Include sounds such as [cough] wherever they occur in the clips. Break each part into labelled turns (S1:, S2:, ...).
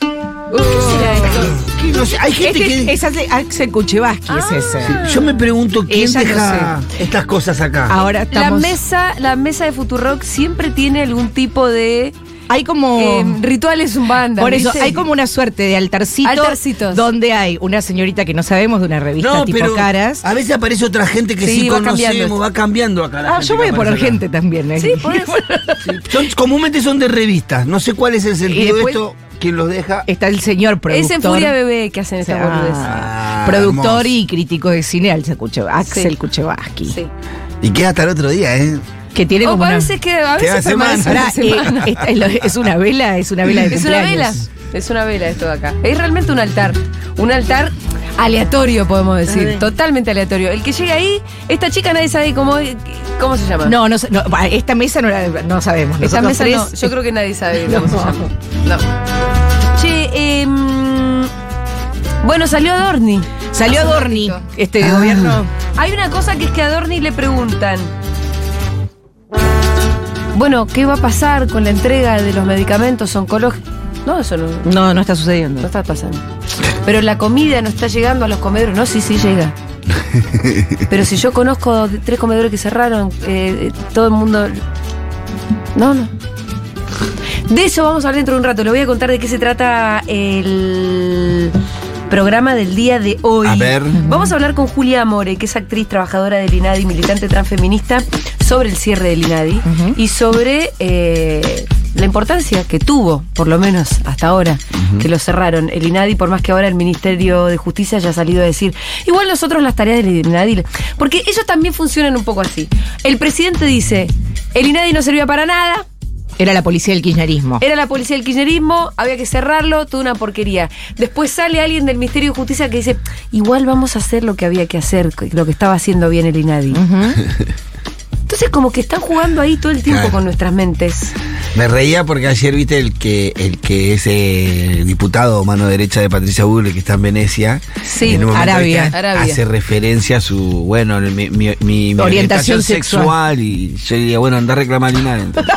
S1: Oh.
S2: no sé, hay gente
S3: Este-
S2: que...
S3: Es Axel- Axel Kuchevaski, es ese.
S1: Ah.
S2: Yo me pregunto quién
S3: Ella no
S2: deja estas cosas acá.
S3: Ahora
S1: La
S3: estamos.
S1: mesa, la mesa de Futurock siempre tiene algún tipo de
S3: Hay como.
S1: eh, rituales zumbandas.
S3: Oh. por eso,
S1: ¿viste?
S3: hay como una suerte de altarcito.
S1: Altarcitos.
S3: Donde hay una señorita que no sabemos de una revista
S2: No,
S3: tipo
S2: pero
S3: Caras.
S1: Ah,
S2: a veces aparece otra gente que sí,
S1: Sí, va
S2: conocemos,
S1: cambiando.
S2: va cambiando acá. la
S3: Ah,
S2: gente
S3: yo
S2: que
S3: voy a poner
S2: aparece acá.
S3: gente también. ¿eh?
S1: Sí, por
S3: [laughs]
S1: eso.
S2: Sí. Son- comúnmente son de revistas, no sé cuál es el sentido de
S3: después- Eh.
S2: esto, quién los deja.
S3: Está el señor
S1: es
S3: productor.
S1: en Furia Bebé que hacen
S3: O sea,
S1: esta boludez.
S2: Ah,
S3: productor
S2: hermoso.
S3: y crítico de cine Axel Kuche- Axel
S1: Sí.
S3: Kuchevaski.
S1: Sí.
S2: Y queda hasta el otro día, ¿eh?
S3: Que tiene
S1: O
S3: como
S1: a
S3: una...
S1: veces que a
S2: Queda
S1: veces
S2: semana.
S1: permanece
S3: Pará,
S1: una semana.
S3: eh, [laughs] esta es lo- es una vela, es una vela
S1: [laughs]
S3: de
S1: Es una vela.
S3: cumpleaños.
S1: Es una vela esto de acá. Es realmente un altar. Un altar aleatorio, podemos decir. Totalmente aleatorio. El que llega ahí, esta chica nadie sabe cómo, cómo se llama.
S3: No, no, sé, no, va, esta mesa no, la, no sabemos.
S1: Esta
S3: Nosotros
S1: mesa
S3: tres-
S1: no. Yo creo que nadie sabe
S3: No.
S1: cómo se llama. No. Che, eh, mm, bueno, salió Adorni.
S3: Salió
S1: Hace un
S3: Adorni,
S1: ratito.
S3: este
S2: Ah.
S3: gobierno.
S1: Hay una cosa que es que a Adorni le preguntan. Bueno, ¿qué va a pasar con la entrega de los medicamentos oncológicos? No, eso no.
S3: No, no está sucediendo.
S1: No está pasando. Pero la comida no está llegando a los comedores. No, sí, sí
S2: [laughs]
S1: llega. Pero si yo conozco de- tres comedores que cerraron, eh, eh, todo el mundo. No, no. De eso vamos a hablar dentro de un rato. Le voy a contar de qué se trata el programa del día de hoy.
S2: A ver.
S1: Vamos a hablar con Julia Amore, que es actriz, trabajadora del INADI, militante transfeminista, sobre el cierre del INADI
S3: Ujú.
S1: y sobre eh, la importancia que tuvo, por lo menos hasta ahora, que lo cerraron el INADI, por más que ahora el Ministerio de Justicia haya salido a decir, igual nosotros las tareas del INADI, porque ellos también funcionan un poco así. El presidente dice, el INADI no servía para nada,
S3: Era la policía del kirchnerismo.
S1: era la policía del kirchnerismo, había que cerrarlo, toda una porquería. Después sale alguien del Ministerio de Justicia que dice, igual vamos a hacer lo que había que hacer, lo que estaba haciendo bien el INADI.
S3: Ujú.
S1: Entonces como que están jugando ahí todo el tiempo
S2: Claro.
S1: con nuestras mentes.
S2: Me reía porque ayer viste el que el que es eh, diputado mano derecha de Patricia Bull que está en Venecia.
S1: Sí,
S2: En
S3: Arabia,
S2: viste,
S1: Arabia.
S2: Hace referencia a su, bueno, mi, mi- mi- mi
S3: Orientación
S2: orientación
S3: sexual.
S2: sexual. y yo diría, bueno, anda a reclamar INADI, entonces.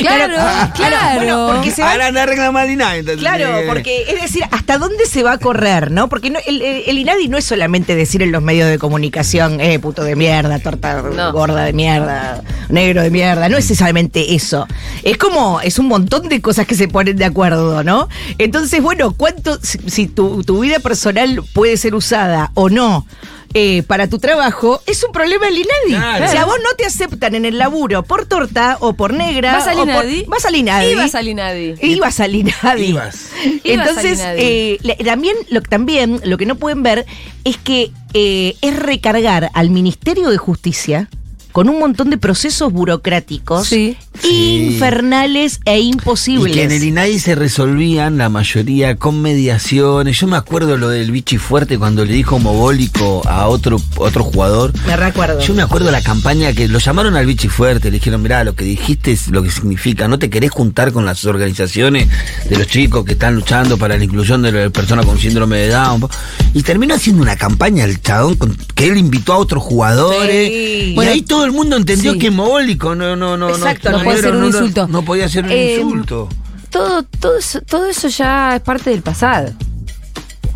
S1: Claro, claro.
S3: Ah, bueno, porque se va-
S2: Ahora anda a reclamar INADI, entonces.
S3: Claro,
S2: Eh,
S3: porque es decir, ¿hasta dónde se va a correr, no? Porque no- el, el- el INADI no es solamente decir en los medios de comunicación, eh, puto de mierda, torta
S1: No.
S3: gorda de mierda, negro de mierda, no es solamente eso. Es como, es un montón de cosas que se ponen de acuerdo, ¿no? Entonces, bueno, ¿cuánto, si, si tu, tu vida personal puede ser usada o no? eh, para tu trabajo es un problema el INADI.
S2: Claro.
S3: Si a vos no te aceptan en el laburo por torta o por negra,
S1: ¿Vas al
S3: o por-
S1: INADI?
S3: vas al INADI.
S1: Ibas al INADI.
S3: Iba a salir nadie.
S2: Ibas.
S1: Ibas
S3: Entonces,
S1: al Inadi.
S3: eh, la- también, lo, también lo que no pueden ver es que eh, es recargar al Ministerio de Justicia con un montón de procesos burocráticos
S1: Sí.
S2: Sí.
S3: infernales e imposibles.
S2: Y que en el INADI se resolvían la mayoría con mediaciones. Yo me acuerdo lo del bichi fuerte cuando le dijo homobólico a otro, otro jugador.
S3: Me recuerdo.
S2: Yo me acuerdo la campaña que lo llamaron al bichi fuerte, le dijeron, mirá, lo que dijiste es lo que significa, no te querés juntar con las organizaciones de los chicos que están luchando para la inclusión de las personas con síndrome de Down. Y terminó haciendo una campaña el chabón con- que él invitó a otros jugadores.
S1: Sí.
S2: Y ahí todo el mundo entendió
S1: Sí.
S2: que homobólico no, no, no,
S3: Exacto,
S2: no,
S3: no puede
S2: era-
S1: ser un
S2: no- no-
S1: insulto.
S2: No podía ser un
S1: Eh,
S2: insulto.
S1: Todo, todo, eso, todo eso ya es parte del pasado.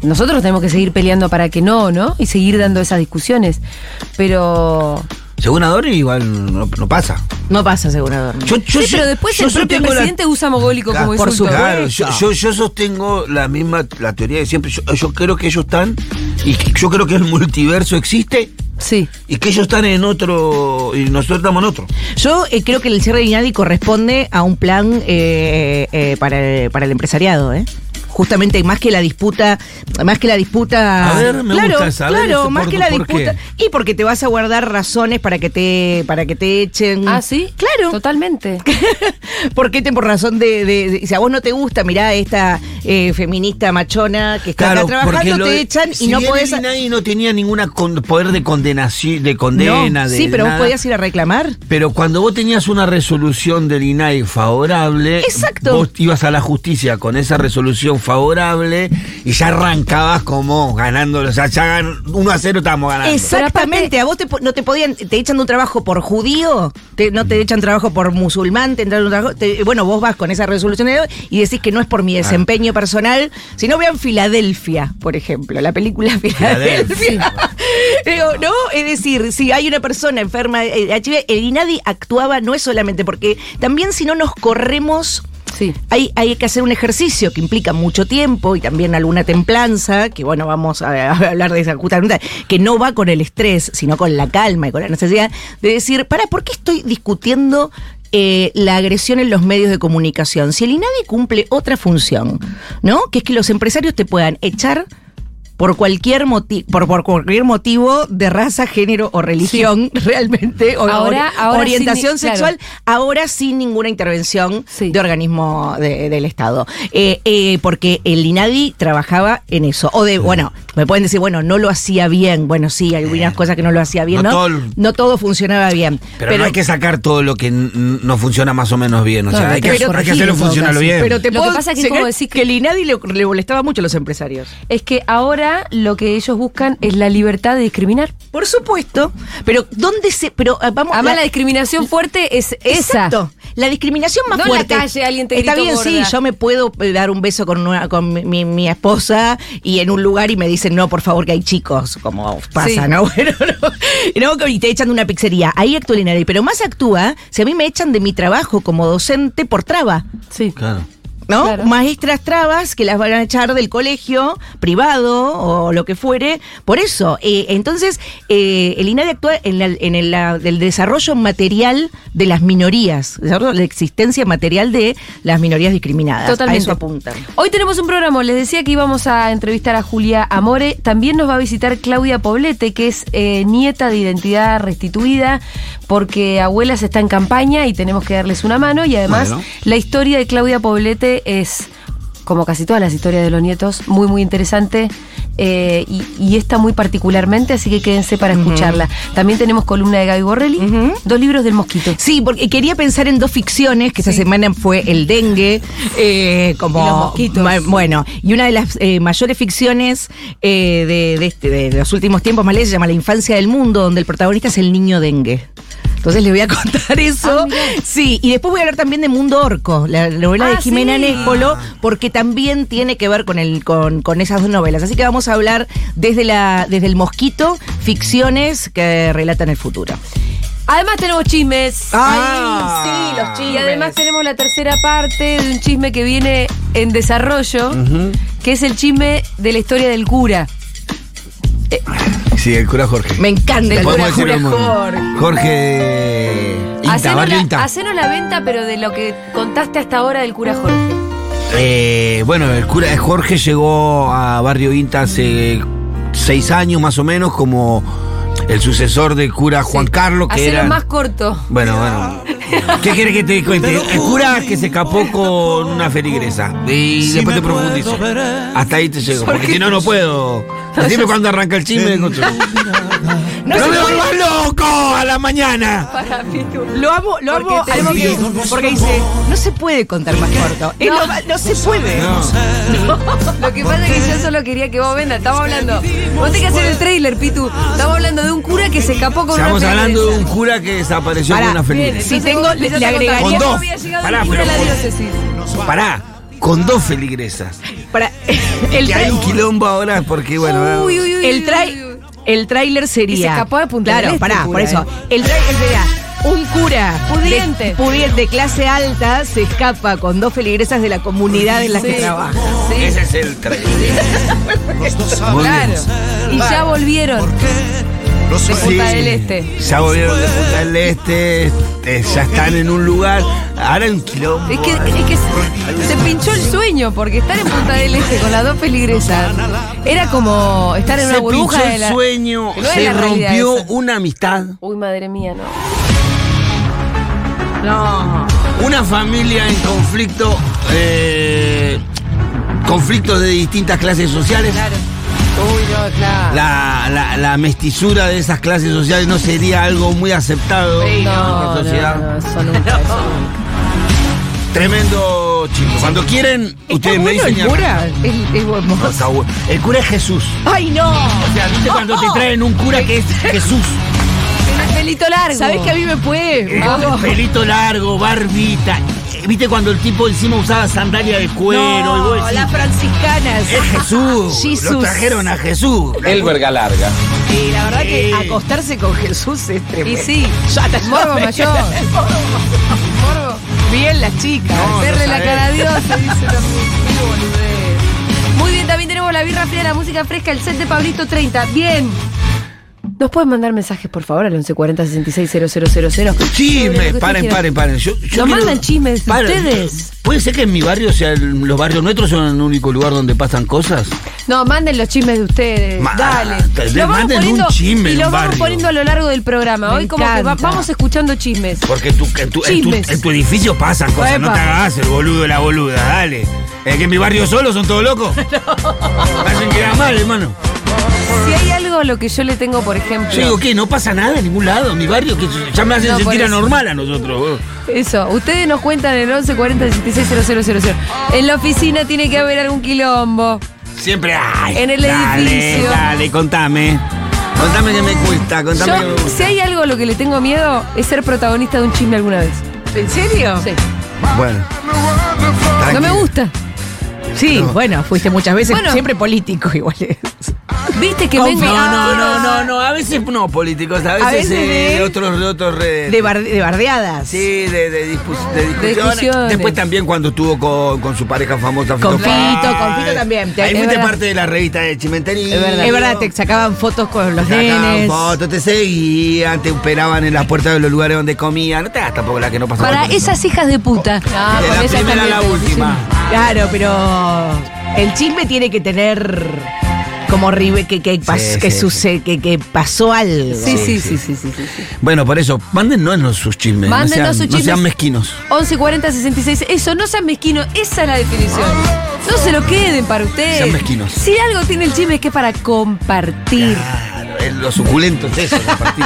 S1: Nosotros tenemos que seguir peleando para que no, ¿no? Y seguir dando esas discusiones. Pero.
S2: Según Adorno igual no, no pasa.
S3: No pasa, seguro.
S2: Yo, yo-
S1: Sí,
S2: yo-
S1: pero después
S2: yo
S1: el propio
S2: sostengo la-
S1: presidente usa mogólico como
S2: Claro, por
S1: insulto.
S2: su- claro, yo, yo- yo sostengo la misma la teoría de siempre. Yo, yo creo que ellos están y que- yo creo que el multiverso existe
S1: Sí.
S2: y que ellos están en otro y nosotros estamos en otro.
S3: Yo eh, creo que el cierre de INADI corresponde a un plan eh, eh, para, el, para el empresariado, ¿eh? Justamente más que la disputa, más que la disputa.
S2: A ver, me
S3: claro,
S2: gusta saber
S3: claro,
S2: ese
S3: más
S2: por-
S3: que la
S2: ¿por qué?
S3: disputa. Y porque te vas a guardar razones para que te, para que te echen.
S1: Ah, sí.
S3: Claro.
S1: Totalmente.
S3: Porque te por razón de, de- de- si a vos no te gusta, mirá esta eh, feminista machona que está acá trabajando, te echan y no podés.
S2: Nadie no tenía ninguna con- poder de condenación, de condena.
S3: No,
S2: de
S3: sí, pero
S2: nada.
S3: vos podías ir a reclamar.
S2: Pero cuando vos tenías una resolución del INAI favorable,
S3: Exacto.
S2: vos ibas a la justicia con esa resolución favorable y ya arrancabas como ganándolo. O sea, ya gan- 1 a 0 estábamos ganando.
S3: Exactamente, a vos te, po- no te podían, te echan de un trabajo por judío, te- no te echan trabajo por musulmán, te entran de un trabajo, te- bueno, vos vas con esa resolución de- y decís que no es por mi desempeño personal, si no vean Filadelfia, por ejemplo, la película [laughs] Filadelfia. [laughs] Digo, no, es decir, si hay una persona enferma de HIV, el INADI actuaba no es solamente porque también si no nos corremos
S1: [laughs] Sí.
S3: hay, hay que hacer un ejercicio que implica mucho tiempo y también alguna templanza, que bueno, vamos a, a hablar de esa justamente, que no va con el estrés, sino con la calma y con la necesidad de decir, para, ¿por qué estoy discutiendo eh, la agresión en los medios de comunicación? Si el INADI cumple otra función, ¿no? Que es que los empresarios te puedan echar por cualquier motivo, por, por cualquier motivo de raza, género o religión, [laughs] realmente, o
S1: Ahora-
S3: o-
S1: ahora
S3: orientación
S1: sin- claro.
S3: sexual, ahora sin ninguna intervención
S1: Sí.
S3: de organismo de- del Estado. Eh, eh, porque el INADI trabajaba en eso. O de, bueno, me pueden decir, bueno, no lo hacía bien. Bueno, sí, hay algunas cosas que no lo hacía bien,
S2: No
S3: ¿no?
S2: todo
S3: No
S2: el-
S3: todo, funcionaba bien.
S2: Pero, no hay que sacar todo lo que n- n- no funciona más o menos bien. O sea,
S1: Claro,
S2: hay que,
S1: pero-
S2: hay que hacerlo
S1: en todo
S2: funcionarlo
S1: caso.
S2: bien.
S3: Pero te
S1: Lo que
S3: puedo
S1: pasa es que es
S3: asegurar
S1: como decir que-
S3: que el INADI le, le molestaba mucho a los empresarios.
S1: Es que ahora lo que ellos buscan es la libertad de discriminar.
S3: Por supuesto, pero ¿dónde se...? Pero ah, vamos...
S1: Además, la,
S3: la-
S1: discriminación fuerte es esa.
S3: Exacto. La discriminación más
S1: No en la
S3: fuerte.
S1: calle alguien te
S3: Está
S1: gritó
S3: bien, sí,
S1: gorda.
S3: yo me puedo eh, dar un beso con, una- con mi, mi- mi esposa y en un lugar y me dicen, no, por favor, que hay chicos, como pasa,
S1: Sí.
S3: ¿no? [laughs] Bueno, no. Y no, que- y te echan de una pizzería. Ahí actúa el INADI, pero más actúa si a mí me echan de mi trabajo como docente por traba.
S1: Sí.
S2: Claro.
S3: ¿No?
S1: Claro.
S3: Maestras trabas que las van a echar del colegio privado o lo que fuere. Por eso, eh, entonces, eh, el INADI actúa en, la- en el, la- del desarrollo material de las minorías, desarrollo de la existencia material de las minorías discriminadas.
S1: Totalmente.
S3: A eso apuntan.
S1: Hoy tenemos un programa, les decía que íbamos a entrevistar a Julia Amore, también nos va a visitar Claudia Poblete, que es eh, nieta de identidad restituida, porque Abuelas está en campaña y tenemos que darles una mano, y además
S2: Bueno.
S1: la historia de Claudia Poblete es, como casi todas las historias de los nietos, muy muy interesante. eh, y, y esta muy particularmente, así que quédense para escucharla. También tenemos columna de Gaby Borrelli,
S3: Ujú.
S1: dos libros del mosquito.
S3: Sí, porque quería pensar en dos ficciones, que esta semana fue el dengue, eh, como...
S1: Y los mosquitos.
S3: ma- bueno, y una de las eh, mayores ficciones eh, de, de este- de los últimos tiempos, más leyes, se llama La infancia del mundo, donde el protagonista es el niño dengue. Entonces les voy a [laughs] contar eso.
S1: Ah, mirá.
S3: sí, y después voy a hablar también de Mundo Orco, la novela de
S1: Ah,
S3: Jimena
S1: sí.
S3: Nespolo, porque también tiene que ver con, el, con, con esas dos novelas. Así que vamos a hablar desde, la, desde el mosquito, ficciones que relatan el futuro.
S1: Además tenemos chismes.
S2: Ah.
S3: Ay, sí, los chismes.
S1: Y además tenemos la tercera parte de un chisme que viene en desarrollo, que es el chisme de la historia del cura.
S2: Sí, el cura Jorge.
S3: Me encanta el
S2: Podemos
S3: cura
S2: decirlo
S3: Jorge.
S2: como- Jorge. Inta,
S1: Hacenos
S2: barrio
S1: la,
S2: Inta.
S1: hacenos la venta, pero de lo que contaste hasta ahora del cura Jorge.
S2: Eh, bueno, el cura de Jorge llegó a Barrio Inta hace seis años más o menos como el sucesor del cura Juan
S1: Sí.
S2: Carlos, que
S1: Hacenos
S2: era...
S1: más corto.
S2: [laughs] Bueno, bueno. ¿Qué quieres que te cuente? El cura que se escapó con una feligresa. Y después te profundizo. Hasta ahí te llego. Porque si no, no puedo. Dime cuándo arranca el chisme. No,
S3: No se
S2: me
S3: puede-
S2: vuelvas loco a la mañana.
S1: Para mí,
S3: Lo amo, lo amo.
S1: Porque te
S3: al
S1: digo.
S3: motivo, porque dice, no se puede contar más corto. Es lo más- No, se puede.
S1: lo que pasa es que yo solo quería que vos vendas. Estamos hablando. Vos tenés que hacer el trailer, Pitu. Estamos hablando de un cura que se escapó con
S2: Estamos
S1: una
S2: hablando de
S1: feligresa.
S2: un cura que desapareció
S3: Pará,
S2: con una
S1: Bien,
S2: feligresa.
S3: Si
S1: entonces
S3: tengo,
S1: vos-
S3: le-
S1: yo te
S3: le
S1: contaría
S3: agregaría-
S2: Con
S1: cómo
S2: dos.
S1: había llegado
S2: Pará,
S1: el cura
S2: pero
S1: a la
S2: con-
S1: diócesis.
S2: Pará, con dos feligresas.
S3: Para, [laughs] el,
S2: Que hay un
S3: tra-
S2: quilombo ahora porque, bueno.
S1: Uy, uy, uy,
S3: el, tra-
S1: uy, uy.
S3: el trailer sería.
S1: Y se escapó de Punta del
S3: Claro,
S1: Este,
S3: pará,
S1: el
S3: por
S1: cura,
S3: eso.
S1: eh.
S3: El trailer sería. Un cura
S1: Pudiente.
S3: De, pudiente, de clase alta, se escapa con dos feligresas de la comunidad en la que
S1: Sí.
S3: trabaja.
S1: Sí.
S2: Ese es el trailer. Muy
S1: Claro.
S2: bien.
S1: Y ya volvieron de Punta del Este.
S2: Ya volvieron de Punta del Este, este, ya están en un lugar. Ahora hay un quilombo.
S1: Es que, es que se- se pinchó el sueño porque estar en Punta del Este con las dos feligresas era como estar en
S2: se
S1: una burbuja
S2: pinchó
S1: de la...
S2: el sueño,
S1: No es
S2: se
S1: la realidad
S2: rompió
S1: esa.
S2: una amistad,
S1: Uy, madre mía, no.
S3: No.
S2: una familia en conflicto, eh, conflictos de distintas clases sociales.
S1: Uy, no, claro.
S2: La, la- la mestizura de esas clases sociales no sería algo muy aceptado en
S1: no,
S2: nuestra
S1: no,
S2: sociedad.
S1: no, eso nunca, eso nunca.
S2: Tremendo chico. Cuando quieren, ustedes me dicen. y
S3: el cura?
S2: arrancan.
S3: Es, es buen mozo.
S2: No, está bueno. El cura es Jesús.
S3: ¡Ay, no!
S2: O sea, ¿viste cuando te traen un cura que es Jesús?
S1: Tiene el pelito largo.
S3: ¿Sabes que a mí me puede? Ah.
S2: Eh,
S3: Mago?
S2: pelito largo, barbita. Eh, ¿Viste cuando el tipo encima usaba sandalia de cuero? y vos
S3: No,
S2: decís,
S3: las franciscanas.
S2: Es Jesús. Lo
S3: Jesús.
S2: trajeron a Jesús.
S4: El verga larga.
S3: Y la verdad que
S2: Sí.
S3: acostarse con Jesús es
S1: Y
S3: tremendo.
S1: sí,
S3: Ya está-
S1: morbo mayor.
S3: Morbo. Bien la chica.
S2: No,
S1: Verle
S2: no
S1: la
S2: sabés.
S1: cara a Dios, se dice también. Qué boludez. Muy bien, también tenemos la birra fría, la música fresca, el set de Pablito 30. Bien. Nos pueden mandar mensajes, por favor, al 1140 660000.
S2: Chismes, paren, paren, paren. Yo, yo
S1: Nos mandan chismes ustedes.
S2: ¿Puede ser que en mi barrio, o sea, el- los barrios nuestros son el único lugar donde pasan cosas?
S1: No, manden los chismes de ustedes.
S2: Ma-
S1: Dale.
S2: te-
S1: Los
S2: te
S1: vamos
S2: manden un
S1: poniendo-
S2: chisme
S1: Y
S2: de
S1: los
S2: un
S1: vamos
S2: barrio.
S1: poniendo a lo largo del programa.
S3: Me
S1: Hoy, como que va-
S3: encanta.
S1: vamos escuchando chismes.
S2: Porque tu- en, tu, en tu-
S1: Chismes.
S2: en tu edificio pasan cosas, no
S1: Epa.
S2: te hagas el boludo de la boluda, dale. Es que en mi barrio solo son todos
S1: [laughs]
S2: locos. Me hacen quedar mal, hermano.
S1: Si hay algo a lo que yo le tengo, por ejemplo.
S2: Yo digo, ¿qué? No pasa nada en ningún lado, en mi barrio, que ya me hacen
S1: No, por
S2: sentir
S1: eso.
S2: anormal a nosotros. vos.
S1: Eso, ustedes nos cuentan en el 1140 660000. En la oficina tiene que haber algún quilombo.
S2: Siempre ay.
S1: En el
S2: dale,
S1: edificio.
S2: Dale, contame. Contame que me cuesta, contame que me
S1: Yo,
S2: gusta.
S1: si hay algo a lo que le tengo miedo, es ser protagonista de un chisme alguna vez.
S3: ¿En serio?
S1: Sí.
S2: Bueno.
S1: No me gusta.
S3: Sí, bueno, fuiste muchas veces,
S1: Bueno.
S3: siempre político igual. ¿eh? es.
S1: Viste que
S2: No,
S1: vengo.
S2: Oh, no, no, no, no, a veces no políticos, a veces,
S3: veces
S2: eh,
S3: de-
S2: de otros, de otros redes.
S3: De, bar- de bardeadas.
S2: Sí, de, de, discus- de discusiones.
S1: discusiones.
S2: Después también cuando estuvo con, con su pareja famosa
S3: Con
S2: Páez.
S3: Fito, con Fito también. Te-
S2: Ahí
S3: es
S2: fuiste
S3: verdad.
S2: parte de la revista de Chimentería.
S3: Es verdad, te sacaban fotos con los
S2: Sacaban
S3: nenes.
S2: fotos, te seguían, te operaban en las puertas de los lugares donde comían. No te hagas tampoco la que no pasaba.
S1: Para
S2: por eso.
S1: esas hijas de puta. Ah,
S2: De
S1: con
S2: la
S1: esas
S2: primera a
S1: también
S2: la
S1: te-
S2: última.
S3: Claro, pero el chisme tiene que tener como ribe que, que, pas-
S2: Sí,
S3: que,
S2: sí,
S3: suce- que, que pasó algo.
S1: Sí, sí, sí, sí, sí. sí, sí.
S2: Bueno, por eso, mándennos sus chismes. no
S1: Mándenos
S2: sean-
S1: sus
S2: No
S1: chismes.
S2: sean mezquinos.
S1: 11 40 66. Eso, no sean mezquinos. Esa es la definición. No se lo queden para ustedes.
S2: Sean mezquinos.
S1: Si algo tiene el chisme es que es para compartir.
S2: Claro, es Ah, eh, los suculentos, eso, compartir.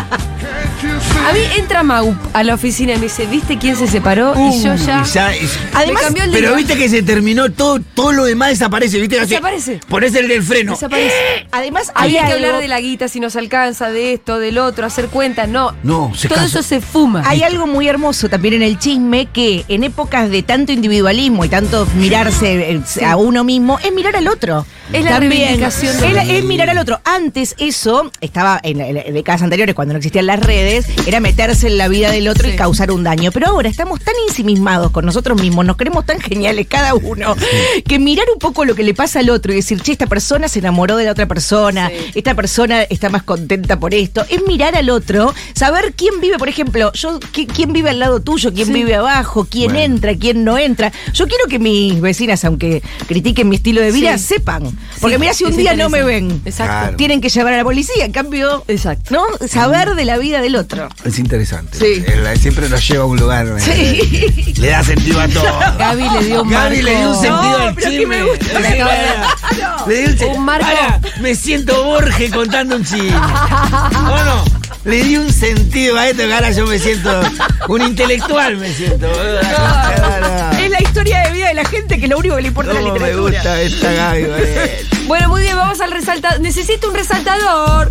S1: A mí entra Mau a la oficina y me dice, ¿viste quién se separó? y yo
S2: Uh,
S1: ya.
S2: y ya es-
S1: Además, cambió el
S2: pero
S1: lenguaje.
S2: viste que se terminó todo, todo lo demás desaparece, viste Así,
S1: Desaparece.
S2: Ponés el del freno.
S1: Desaparece.
S3: Además, hay
S1: Había que
S3: algo-
S1: hablar de la guita, si nos alcanza, de esto, del otro, hacer cuentas. No.
S2: No, se
S1: Todo
S2: casa.
S1: eso se fuma.
S3: Hay algo muy hermoso también en el chisme que en épocas de tanto individualismo y tanto mirarse eh, a uno mismo es mirar al otro.
S1: Es la reivindicación
S3: Es,
S1: del
S3: la- es mirar al otro. Antes eso estaba en, la- en la- en décadas anteriores cuando no existían las redes, era meterse en la vida del otro y
S1: Sí.
S3: causar un daño. Pero ahora estamos tan ensimismados con nosotros mismos, nos creemos tan geniales cada uno, que mirar un poco lo que le pasa al otro y decir, che, esta persona se enamoró de la otra persona, esta persona está más contenta por esto, es mirar al otro, saber quién vive, por ejemplo, yo qui- quién vive al lado tuyo, quién vive abajo, quién
S2: Bueno.
S3: entra, quién no entra. Yo quiero que mis vecinas, aunque critiquen mi estilo de vida,
S1: Sí.
S3: sepan. Porque
S1: Sí,
S3: mira, si
S1: que
S3: un
S1: se
S3: día no me
S1: interesen.
S3: ven,
S1: Exacto.
S2: Claro.
S3: tienen que llevar a la policía. En cambio,
S1: Exacto.
S3: ¿no? Saber de la vida del otro.
S2: Es interesante.
S3: Sí.
S2: Eh, la- Siempre nos lleva a un lugar. eh,
S3: Sí.
S2: Le da sentido a todo.
S1: Gaby le dio un
S2: Gaby
S1: marco.
S2: le dio un sentido
S3: No,
S2: al
S3: pero que
S2: chisme.
S3: me gusta.
S2: Le dio- le dio sen-
S1: Un marco.
S2: Pará, me siento Borges contando un chisme. ¿O no? Le di un sentido a esto que ahora yo me siento un intelectual, me siento. boludo. No, no.
S3: Es la historia de vida de la gente que lo único que le importa es la
S2: ¿Cómo me
S3: literatura.
S2: gusta esta Gaby? boludo?
S1: Bueno, muy bien, vamos al resaltador. Necesito un resaltador.